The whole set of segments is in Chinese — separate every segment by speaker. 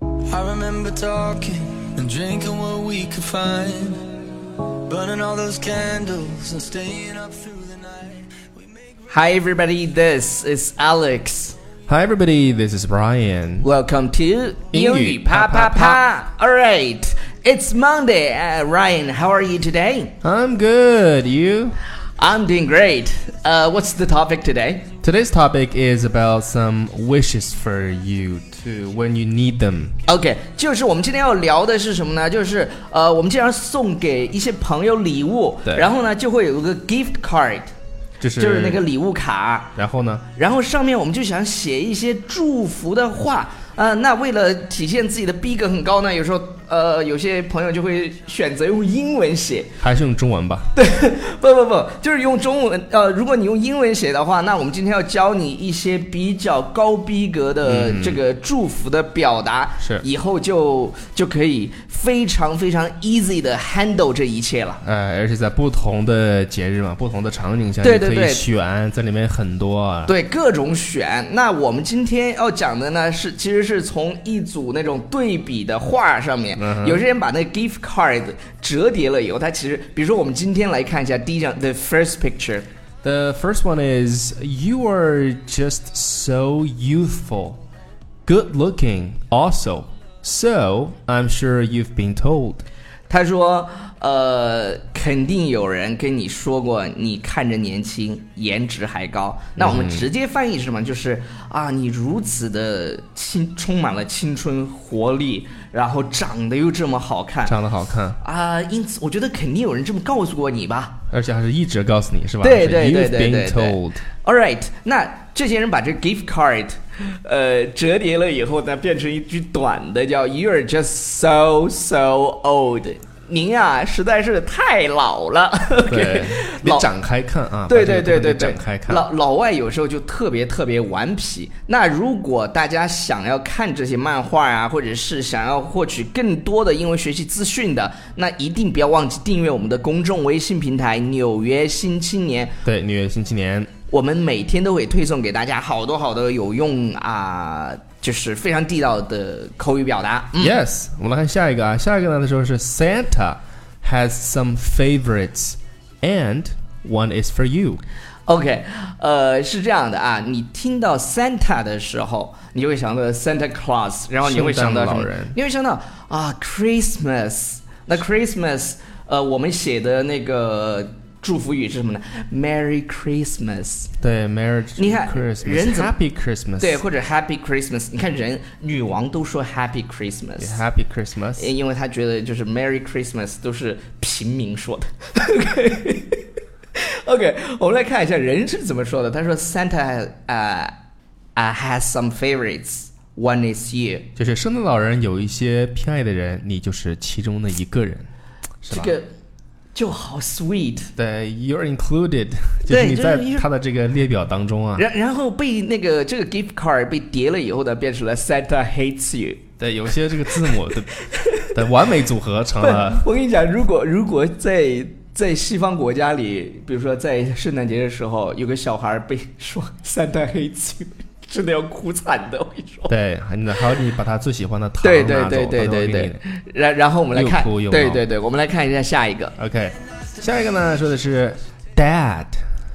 Speaker 1: I remember talking and drinking what we could find. Burning all those candles and staying up through the night. We make
Speaker 2: Hi everybody, this is Alex.
Speaker 3: Hi, everybody. This is Brian.
Speaker 2: Welcome to 英语啪啪啪。All right, it's Monday. Uh, Ryan, how are you today?
Speaker 3: I'm good. You?
Speaker 2: I'm doing great. Uh, what's the topic today?
Speaker 3: Today's topic is about some wishes for you to when you need them.
Speaker 2: OK，就是我们今天要聊的是什么呢？就是呃，我们经常送给一些朋友礼物，
Speaker 3: 对
Speaker 2: 然后呢就会有一个 gift card，
Speaker 3: 就是
Speaker 2: 就是那个礼物卡。
Speaker 3: 然后呢？
Speaker 2: 然后上面我们就想写一些祝福的话，呃，那为了体现自己的逼格很高呢，有时候呃，有些朋友就会选择用英文写。
Speaker 3: 还是用中文吧。
Speaker 2: 对，不不不，就是用中文。呃，如果你用英文写的话，那我们今天要教你一些比较高逼格的这个祝福的表达，
Speaker 3: 是
Speaker 2: 以后就就可以非常非常 easy 的 handle 这一切了。
Speaker 3: 呃，而且在不同的节日嘛，不同的场景下，
Speaker 2: 对
Speaker 3: 你
Speaker 2: 对
Speaker 3: 可
Speaker 2: 对
Speaker 3: 以选，在里面很多啊。
Speaker 2: 对，各种选。那我们今天要讲的呢，是其实是从一组那种对比的画上面，
Speaker 3: 嗯哼
Speaker 2: 有些人把那个 gift card 折叠了以后，它其实，比如说我们今天来看一下第一张 the first picture。
Speaker 3: The first one is you are just so youthful, good looking, also. So I'm sure you've been told.
Speaker 2: 他说，呃，肯定有人跟你说过，你看着年轻，颜值还高。那我
Speaker 3: 嗯
Speaker 2: 们直接翻译是什么？就是啊，你如此的青，充满了青春活力，然后长得又这么好看，
Speaker 3: 长得好看，
Speaker 2: 啊、因此我觉得肯定有人这么告诉过你吧。
Speaker 3: 而且还是一直告诉你是吧？
Speaker 2: 对
Speaker 3: 是
Speaker 2: 对对
Speaker 3: You've
Speaker 2: 对
Speaker 3: been
Speaker 2: 对对
Speaker 3: told.
Speaker 2: All right，那这些人把这 gift card，呃，折叠了以后呢，变成一句短的，叫 "You are just so so old"。您呀、实在是太老了。
Speaker 3: 对
Speaker 2: OK，，
Speaker 3: 你
Speaker 2: 老
Speaker 3: 展开看啊，
Speaker 2: 对
Speaker 3: 把这
Speaker 2: 对
Speaker 3: 个
Speaker 2: 对
Speaker 3: 东西
Speaker 2: 对对
Speaker 3: 展开，看。
Speaker 2: 老老外有时候就特别特别顽皮。那如果大家想要看这些漫画啊，或者是想要获取更多的英文学习资讯的，那一定不要忘记订阅我们的公众微信平台《纽约新青年》。
Speaker 3: 对，纽约新青年，
Speaker 2: 我们每天都会推送给大家好多好多有用啊、就是非常地道的口语表达。嗯
Speaker 3: Yes，我们来看下一个啊，下一个呢的时候是 Santa has some favorites and one is for you。
Speaker 2: OK，呃，是这样的啊，你听到 Santa 的时候，你就会想到 Santa Claus，然后你会想到什么
Speaker 3: 圣诞老人
Speaker 2: 你会想到啊 Christmas。那 Christmas，呃，我们写的那个祝福语是什么呢？Merry Christmas。
Speaker 3: 对，Marriage，
Speaker 2: 你看
Speaker 3: Christmas，
Speaker 2: 人怎么
Speaker 3: Happy Christmas，
Speaker 2: 对，或者 Happy Christmas。你看人，女王都说 Happy Christmas。
Speaker 3: ，Happy Christmas。
Speaker 2: 因为他觉得就是 Merry Christmas 都是平民说的。OK，我们来看一下人是怎么说的。他说 Santa 呃、呃 has some favorites. One is you.
Speaker 3: 就是圣诞老人有一些偏爱的人，你就是其中的一个人，
Speaker 2: 这
Speaker 3: 是吧？
Speaker 2: 个就好 sweet。
Speaker 3: 对，You're included，就
Speaker 2: 对
Speaker 3: 是你
Speaker 2: 就是
Speaker 3: 在
Speaker 2: you're-
Speaker 3: 他的这个列表当中啊。
Speaker 2: 然然后被那个这个 gift card 被叠了以后呢，变成了 Santa hates you。
Speaker 3: 对，有些这个字母 的的完美组合成了
Speaker 2: 不，我跟你讲，如果如果在在西方国家里，比如说在圣诞节的时候，有个小孩被说 Santa hates you，真的要哭惨的，我跟你说。
Speaker 3: 对，还有还有你把他最喜欢的糖
Speaker 2: 对对
Speaker 3: 拿走
Speaker 2: 对对
Speaker 3: 他都
Speaker 2: 对
Speaker 3: 会给
Speaker 2: 对
Speaker 3: 你的，
Speaker 2: 然然后我们来看
Speaker 3: 又哭，又
Speaker 2: 对
Speaker 3: 闹
Speaker 2: 对对，我们来看一下下一个。
Speaker 3: OK，下一个呢说的是 Dad,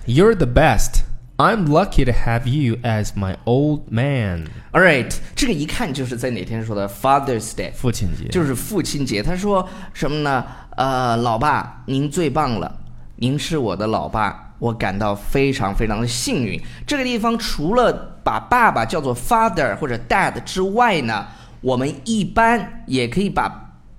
Speaker 3: you're the best. I'm lucky to have you as my old man.
Speaker 2: All right，这个一看就是在哪天说的 Father's Day，
Speaker 3: 父亲节
Speaker 2: 就是父亲节。他说什么呢？呃，老爸，您最棒了，您是我的老爸，我感到非常非常的幸运。这个地方除了把爸爸叫做 father 或者 dad 之外呢，我们一般也可以把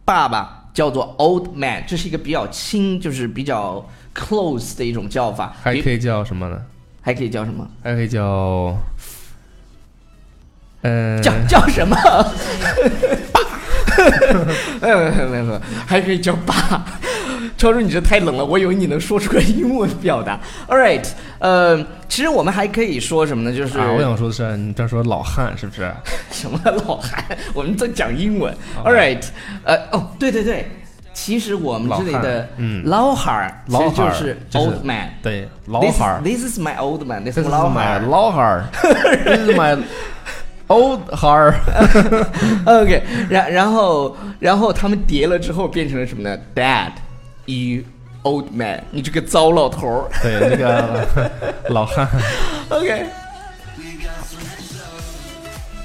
Speaker 2: 爸爸叫做 old man，这是一个比较亲，就是比较 close 的一种叫法。
Speaker 3: 还可
Speaker 2: 以
Speaker 3: 以叫什么呢？
Speaker 2: 还可以叫什么？
Speaker 3: 还可以叫，呃，
Speaker 2: 叫叫什 么？ 爸，没有哎没有没有没有，还可以叫爸。超叔，你这太冷了，我以为你能说出个英文表达。All right，呃，其实我们还可以说什么呢？就是、
Speaker 3: 啊，我想说的是，你这样说老汉是 不是？
Speaker 2: 什么老汉，我们在讲英文。All right，呃，哦，对对对，其实我们这里的老汉儿，
Speaker 3: 嗯老
Speaker 2: 其实
Speaker 3: 汉
Speaker 2: 就
Speaker 3: 儿
Speaker 2: 是
Speaker 3: 就是
Speaker 2: old man。
Speaker 3: 对，老汉儿
Speaker 2: This is my old man，this
Speaker 3: ，This
Speaker 2: is
Speaker 3: is
Speaker 2: 老汉
Speaker 3: my
Speaker 2: 儿。
Speaker 3: 老汉儿，This is my Old har.
Speaker 2: OK，然然后然后他们叠了之后变成了什么呢？Dad, you old man，你这个糟老头儿。
Speaker 3: 对，那个老汉。
Speaker 2: OK，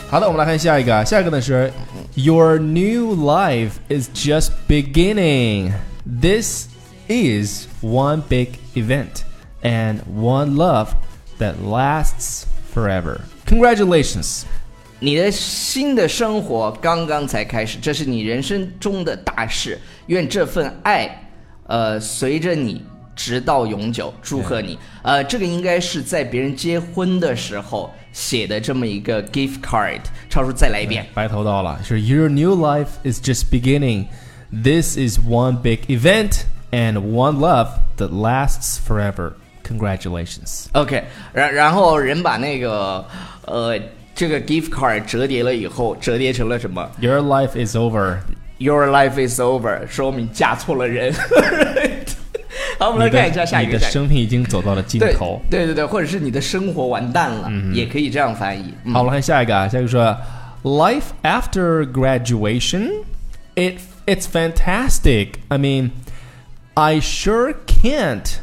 Speaker 3: 好的，我们来看下一个啊，下一个呢是 Your new life is just beginning. This is one big event and one love that lasts forever. Congratulations.
Speaker 2: 你的新的生活刚刚才开始，这是你人生中的大事。愿这份爱，呃，随着你直到永久。祝贺你。呃，这个应该是在别人结婚的时候写的这么一个 gift card。超叔再来一遍。
Speaker 3: 白头到老，是 Your new life is just beginning. This is one big event and one love that lasts forever. Congratulations.
Speaker 2: OK，然然后人把那个呃这个 gift card 折叠了以后，折叠成了什么
Speaker 3: Your life is over.
Speaker 2: ？Your life is over，说明嫁错了 人。好，我们来看一下下一
Speaker 3: 你
Speaker 2: 个。
Speaker 3: 的
Speaker 2: 下一个
Speaker 3: 生命已经走到了尽
Speaker 2: 对
Speaker 3: 头。嗯
Speaker 2: 对对对，或者是你的生活完蛋了，也可以这样翻译。嗯
Speaker 3: 好，我们看下一个啊，下一个说，Life after graduation, it it's fantastic. I mean, I sure can't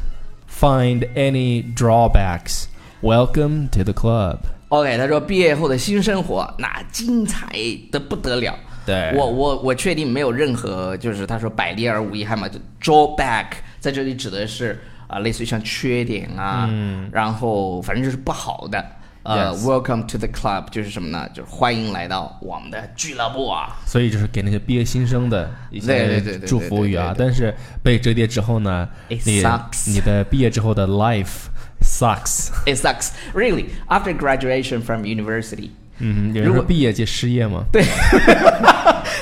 Speaker 3: find any drawbacks. Welcome to the club.
Speaker 2: OK，他说毕业后的新生活那精彩的不得了。
Speaker 3: 对
Speaker 2: 我我我确定没有任何就是他说百利而无一害嘛，就 drawback 在这里指的是啊、类似于像缺点啊，然后反正就是不好的。呃、
Speaker 3: 嗯 Yes
Speaker 2: w e l c o m e to the club 就是什么呢？就是欢迎来到我们的俱乐部啊。
Speaker 3: 所以就是给那些毕业新生的一
Speaker 2: 对对对
Speaker 3: 些
Speaker 2: 对对
Speaker 3: 祝福语啊。
Speaker 2: 对
Speaker 3: 但是被折叠之后呢，
Speaker 2: It
Speaker 3: 你
Speaker 2: sucks
Speaker 3: 你的毕业之后的 life sucks。
Speaker 2: It sucks, really. After graduation from university，
Speaker 3: 嗯，有人
Speaker 2: 如
Speaker 3: 说
Speaker 2: 果
Speaker 3: 毕业即失业吗？
Speaker 2: 对，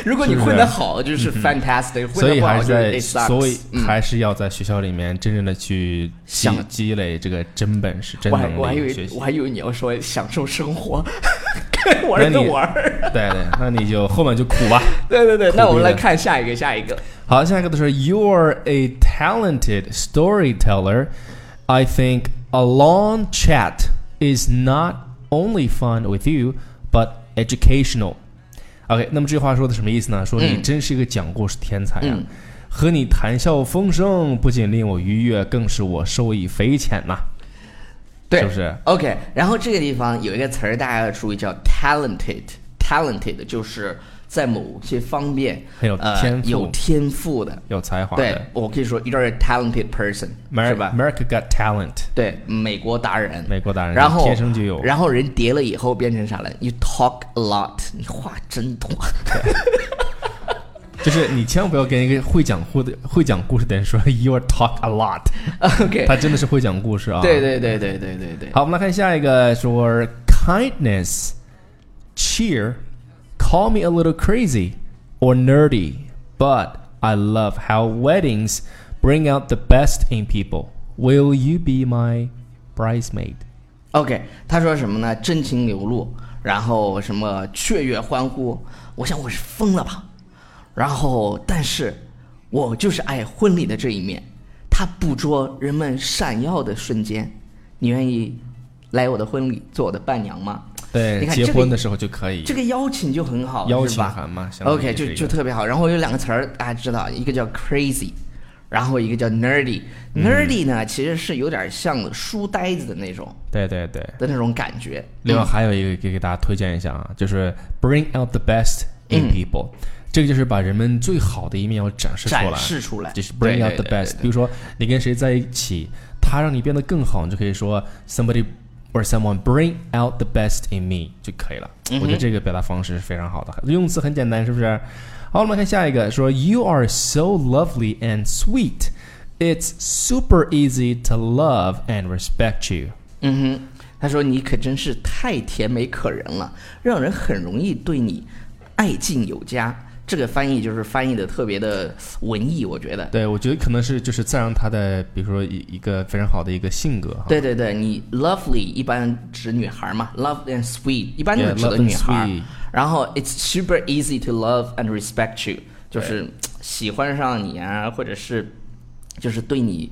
Speaker 2: 如果你
Speaker 3: 是不
Speaker 2: 混
Speaker 3: 是嗯
Speaker 2: 得好就是 fantastic，、
Speaker 3: 所
Speaker 2: 混得
Speaker 3: 以
Speaker 2: 不好
Speaker 3: 还
Speaker 2: 就是是 it
Speaker 3: 在，
Speaker 2: sucks。
Speaker 3: 所以
Speaker 2: 嗯
Speaker 3: 还是要在学校里面真正的去积
Speaker 2: 想
Speaker 3: 积累这个真本事、真
Speaker 2: 我还
Speaker 3: 能
Speaker 2: 我还以
Speaker 3: 力
Speaker 2: 为
Speaker 3: 学习
Speaker 2: 我。还以为你要说享受生活， 跟玩的玩儿。
Speaker 3: 对对，那你就后面就苦吧。
Speaker 2: 对对对，那我们
Speaker 3: 苦逼的
Speaker 2: 来看下一个，下一个。
Speaker 3: 好，下一个的是 You are a talented storyteller. I think a long chat is not only fun with you, but educational. OK，那么这句话说的什么意思呢？说你
Speaker 2: 嗯
Speaker 3: 真是一个讲故事天才啊！
Speaker 2: 嗯
Speaker 3: 和你谈笑风生，不仅令我愉悦，更使我受益匪浅呐、
Speaker 2: 对，
Speaker 3: 是不是
Speaker 2: ？OK，然后这个地方有一个词儿，大家要注意，叫 talented，talented 就是在某些方面
Speaker 3: 很有天赋
Speaker 2: 呃、有天赋的。
Speaker 3: 有才华
Speaker 2: 对
Speaker 3: 的。，
Speaker 2: 我可以说 you're a talented person，
Speaker 3: Ameri-
Speaker 2: 是吧？
Speaker 3: America Got Talent，
Speaker 2: 对，美国达人，
Speaker 3: 美国达人
Speaker 2: 然后
Speaker 3: 天生就有
Speaker 2: 然后人叠了以后变成啥了？You talk a lot，你话真多。
Speaker 3: 就是你千万不要跟一个会讲故的会讲故事的人说 You are talk a lot，
Speaker 2: OK，
Speaker 3: 他真的是会讲故事啊。
Speaker 2: 对。对对对对对对。
Speaker 3: 好，我们来看下一个，说 kindness, cheer, call me a little crazy or nerdy, but I love how weddings bring out the best in people. Will you be my bridesmaid?
Speaker 2: OK，他说什么呢？真情流露，然后什么雀跃欢呼，我想我是疯了吧。然后，但是我就是爱婚礼的这一面，它捕捉人们闪耀的瞬间。你愿意来我的婚礼做我的伴娘吗？
Speaker 3: 对
Speaker 2: 你，看
Speaker 3: 结
Speaker 2: 这个
Speaker 3: 婚的时候就可以。
Speaker 2: 这个邀请就很好，
Speaker 3: 邀
Speaker 2: 是
Speaker 3: 请
Speaker 2: 吧
Speaker 3: 函嘛相当于
Speaker 2: OK，
Speaker 3: 是
Speaker 2: 就
Speaker 3: 一
Speaker 2: 就
Speaker 3: 个
Speaker 2: 特别好。然后有两个词儿大家知道，一个叫 crazy，然后一个叫 nerdy。nerdy
Speaker 3: 嗯
Speaker 2: 呢，其实是有点像书呆子的那种
Speaker 3: 对对对。
Speaker 2: 的那种感觉。
Speaker 3: 另外还有一个可以给大家推荐一下啊，就是 bring out the best in
Speaker 2: 嗯
Speaker 3: people，、这个就是把人们最好的一面要展示出来，
Speaker 2: 展示出来
Speaker 3: 就是 bring
Speaker 2: 对
Speaker 3: out the
Speaker 2: 对对
Speaker 3: best。比如说你跟谁在一起，他让你变得更好，你就可以说 somebody or someone bring out the best in me 就可以了。
Speaker 2: 嗯
Speaker 3: 我觉得这个表达方式是非常好的，用词很简单，是不是？好，我们看下一个，说 You are so lovely and sweet. It's super easy to love and respect you.
Speaker 2: 嗯哼，他说你可真是太甜美可人了，让人很容易对你爱敬有加。这个翻译就是翻译的特别的文艺，我觉得。
Speaker 3: 对，我觉得可能是就是赞扬他的，比如说一一个非常好的一个性格哈。
Speaker 2: 对对对，你 lovely 一般指女孩嘛，love and sweet 一般都
Speaker 3: Yeah,
Speaker 2: 是指
Speaker 3: love
Speaker 2: 的
Speaker 3: and
Speaker 2: 女孩
Speaker 3: sweet。
Speaker 2: 然后 it's super easy to love and respect you，就是喜欢上你啊，或者是就是对你，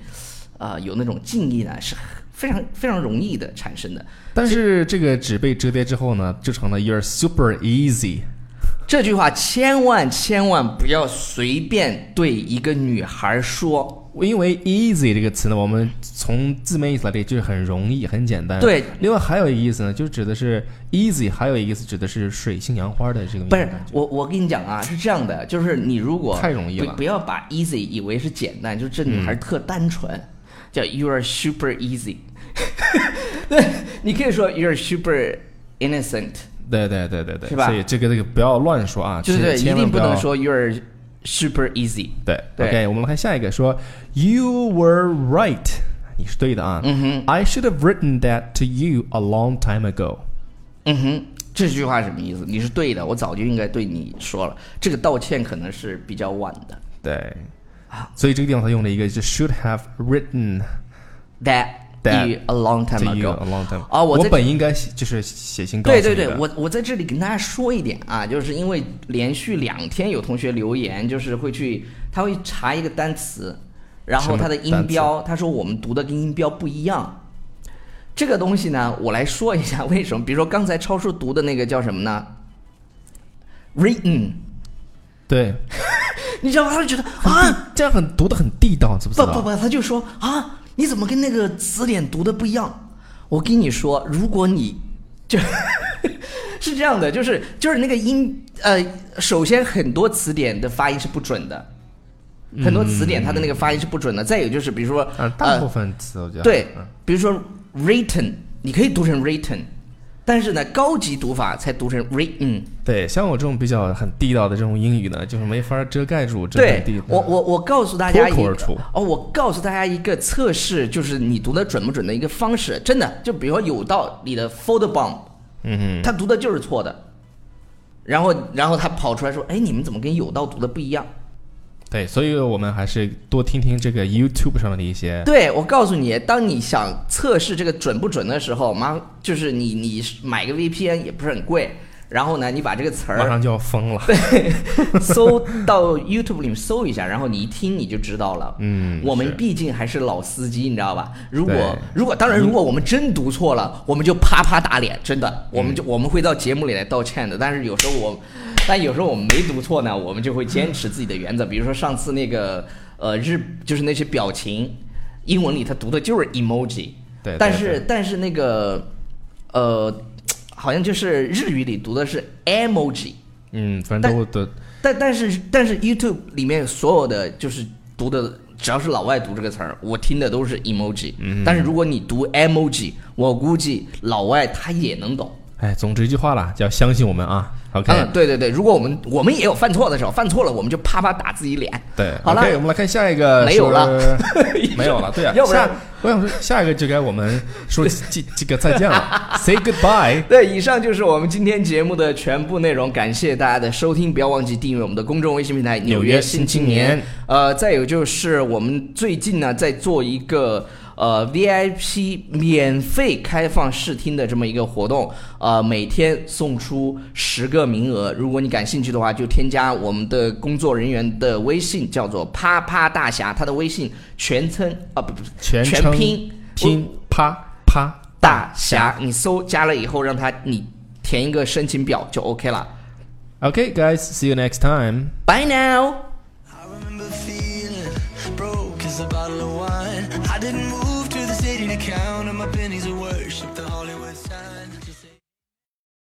Speaker 2: 呃，有那种敬意呢，是很非常非常容易的产生的。
Speaker 3: 但是这个纸被折叠之后呢，就成了 you're super easy。
Speaker 2: 这句话千万千万不要随便对一个女孩说。
Speaker 3: 因为 easy 这个词呢，我们从字面意思来理解，就是很容易、很简单。
Speaker 2: 对。
Speaker 3: 另外还有一个意思呢，就指的是 easy，还有一个意思指的是水性杨花的这个。
Speaker 2: 不是，我我跟你讲啊，是这样的，就是你如果
Speaker 3: 太容易了
Speaker 2: 不不要把 easy 以为是简单，就是这女孩特单纯，
Speaker 3: 嗯
Speaker 2: 叫 you are super easy。对，你可以说 you are super innocent，
Speaker 3: 对对对对对，
Speaker 2: 是吧
Speaker 3: 所以这个这个不要乱说啊，
Speaker 2: 对对，
Speaker 3: 千
Speaker 2: 一
Speaker 3: 千万
Speaker 2: 定不能
Speaker 3: 要
Speaker 2: 说 you are super easy。
Speaker 3: 对
Speaker 2: 对
Speaker 3: OK，我们来看下一个，说 You were right，你是对的啊。I
Speaker 2: 嗯
Speaker 3: should have written that to you a long time ago。
Speaker 2: 嗯哼，这句话什么意思？你是对的，我早就应该对你说了。这个道歉可能是比较晚的。
Speaker 3: 对，
Speaker 2: 啊
Speaker 3: 所以这个地方他用了一个就 should have written
Speaker 2: That,
Speaker 3: That
Speaker 2: you a long time
Speaker 3: to you
Speaker 2: ago
Speaker 3: a long time
Speaker 2: 啊我
Speaker 3: 我
Speaker 2: 在
Speaker 3: 本应该写就是写信告诉
Speaker 2: 对
Speaker 3: 你
Speaker 2: 对对，
Speaker 3: 的
Speaker 2: 我我在这里跟大家说一点啊，就是因为连续两天有同学留言，就是会去他会查一个单词，然后它的
Speaker 3: 什么单
Speaker 2: 音
Speaker 3: 词
Speaker 2: 标，他说我们读的跟音标不一样。这个东西呢，我来说一下为什么。比如说刚才超叔读的那个叫什么呢？written，
Speaker 3: 对，
Speaker 2: 你知道吗？他就觉得啊，
Speaker 3: 这样很读的很地道，知不知
Speaker 2: 不
Speaker 3: 道？
Speaker 2: 不不，他就说啊，你怎么跟那个词典读的不一样？我跟你说，如果你就 是这样的，就是就是那个音呃，首先很多词典的发音是不准的，很多词典它的那个发音是不准的。再有就是，比如说呃
Speaker 3: 啊，大部分词我觉得
Speaker 2: 对
Speaker 3: 嗯，
Speaker 2: 比如说 written，你可以读成 written，但是呢，高级读法才读成 written。
Speaker 3: 对，像我这种比较很地道的这种英语呢，就是没法遮盖住这
Speaker 2: 对
Speaker 3: 本地。，
Speaker 2: 我我我告诉大家一
Speaker 3: 脱口
Speaker 2: 个
Speaker 3: 而出
Speaker 2: 哦，我告诉大家一个测试，就是你读的准不准的一个方式。真的，就比如说有道你的 fold bomb，
Speaker 3: 嗯
Speaker 2: 他读的就是错的，然后然后他跑出来说：“哎，你们怎么跟有道读的不一样
Speaker 3: 哼，对，所以我们还是多听听这个 YouTube 上面的一些？”。
Speaker 2: 对，我告诉你，当你想测试这个准不准的时候，妈就是你你买个 VPN 也不是很贵，然后呢，你把这个词
Speaker 3: 马
Speaker 2: 儿
Speaker 3: 上就要疯了。
Speaker 2: 搜到 YouTube 里面搜一下，然后你一听你就知道了。
Speaker 3: 嗯
Speaker 2: 我们
Speaker 3: 是
Speaker 2: 毕竟还是老司机，你知道吧？如果
Speaker 3: 对
Speaker 2: 如果当然，如果我们真读错了，我们就啪啪打脸，真的，我
Speaker 3: 嗯
Speaker 2: 们就我们会到节目里来道歉的。但是有时候我，但有时候我们没读错呢，我们就会坚持自己的原则。比如说上次那个呃日，就是那些表情，英文里它读的就是 emoji，
Speaker 3: 对对
Speaker 2: 但是
Speaker 3: 对
Speaker 2: 但是那个呃，好像就是日语里读的是 emoji。
Speaker 3: 嗯，反正都都
Speaker 2: 但但是但是 YouTube 里面所有的就是读的，只要是老外读这个词儿，我听的都是 emoji、但
Speaker 3: 嗯
Speaker 2: 是如果你读 emoji，我估计老外他也能懂。
Speaker 3: 哎，总之一句话啦，就要相信我们啊。OK，、
Speaker 2: 嗯，对对对，如果我们我们也有犯错的时候，犯错了我们就啪啪打自己脸。
Speaker 3: 对，
Speaker 2: 好了
Speaker 3: o k 我们来看下一个，
Speaker 2: 没有了
Speaker 3: 说，没有了，对啊，
Speaker 2: 要不然
Speaker 3: 下我想说下一个就该我们说这这个再 见了，say goodbye。
Speaker 2: 对，以上就是我们今天节目的全部内容，感谢大家的收听，不要忘记订阅我们的公众微信平台《纽
Speaker 3: 纽
Speaker 2: 约
Speaker 3: 约
Speaker 2: 新
Speaker 3: 新
Speaker 2: 青
Speaker 3: 青
Speaker 2: 年》
Speaker 3: 年
Speaker 2: 呃，再有就是我们最近呢在做一个呃 VIP 免费开放试听的这么一个活动，呃，每天送出十个名额，如果你感兴趣的话，就添加我们的工作人员的微信，叫做啪啪大侠，他的微信全称啊不不不
Speaker 3: 全
Speaker 2: 全
Speaker 3: 称
Speaker 2: 拼
Speaker 3: 拼啪啪
Speaker 2: 大侠，你搜加了以后，让他你填一个申请表就 OK 了。
Speaker 3: ，OK，guys，see、you next time。
Speaker 2: Bye now。
Speaker 1: I remember feeling broke as a bottle of wine. I didn't move to the city to count on my pennies of worship. The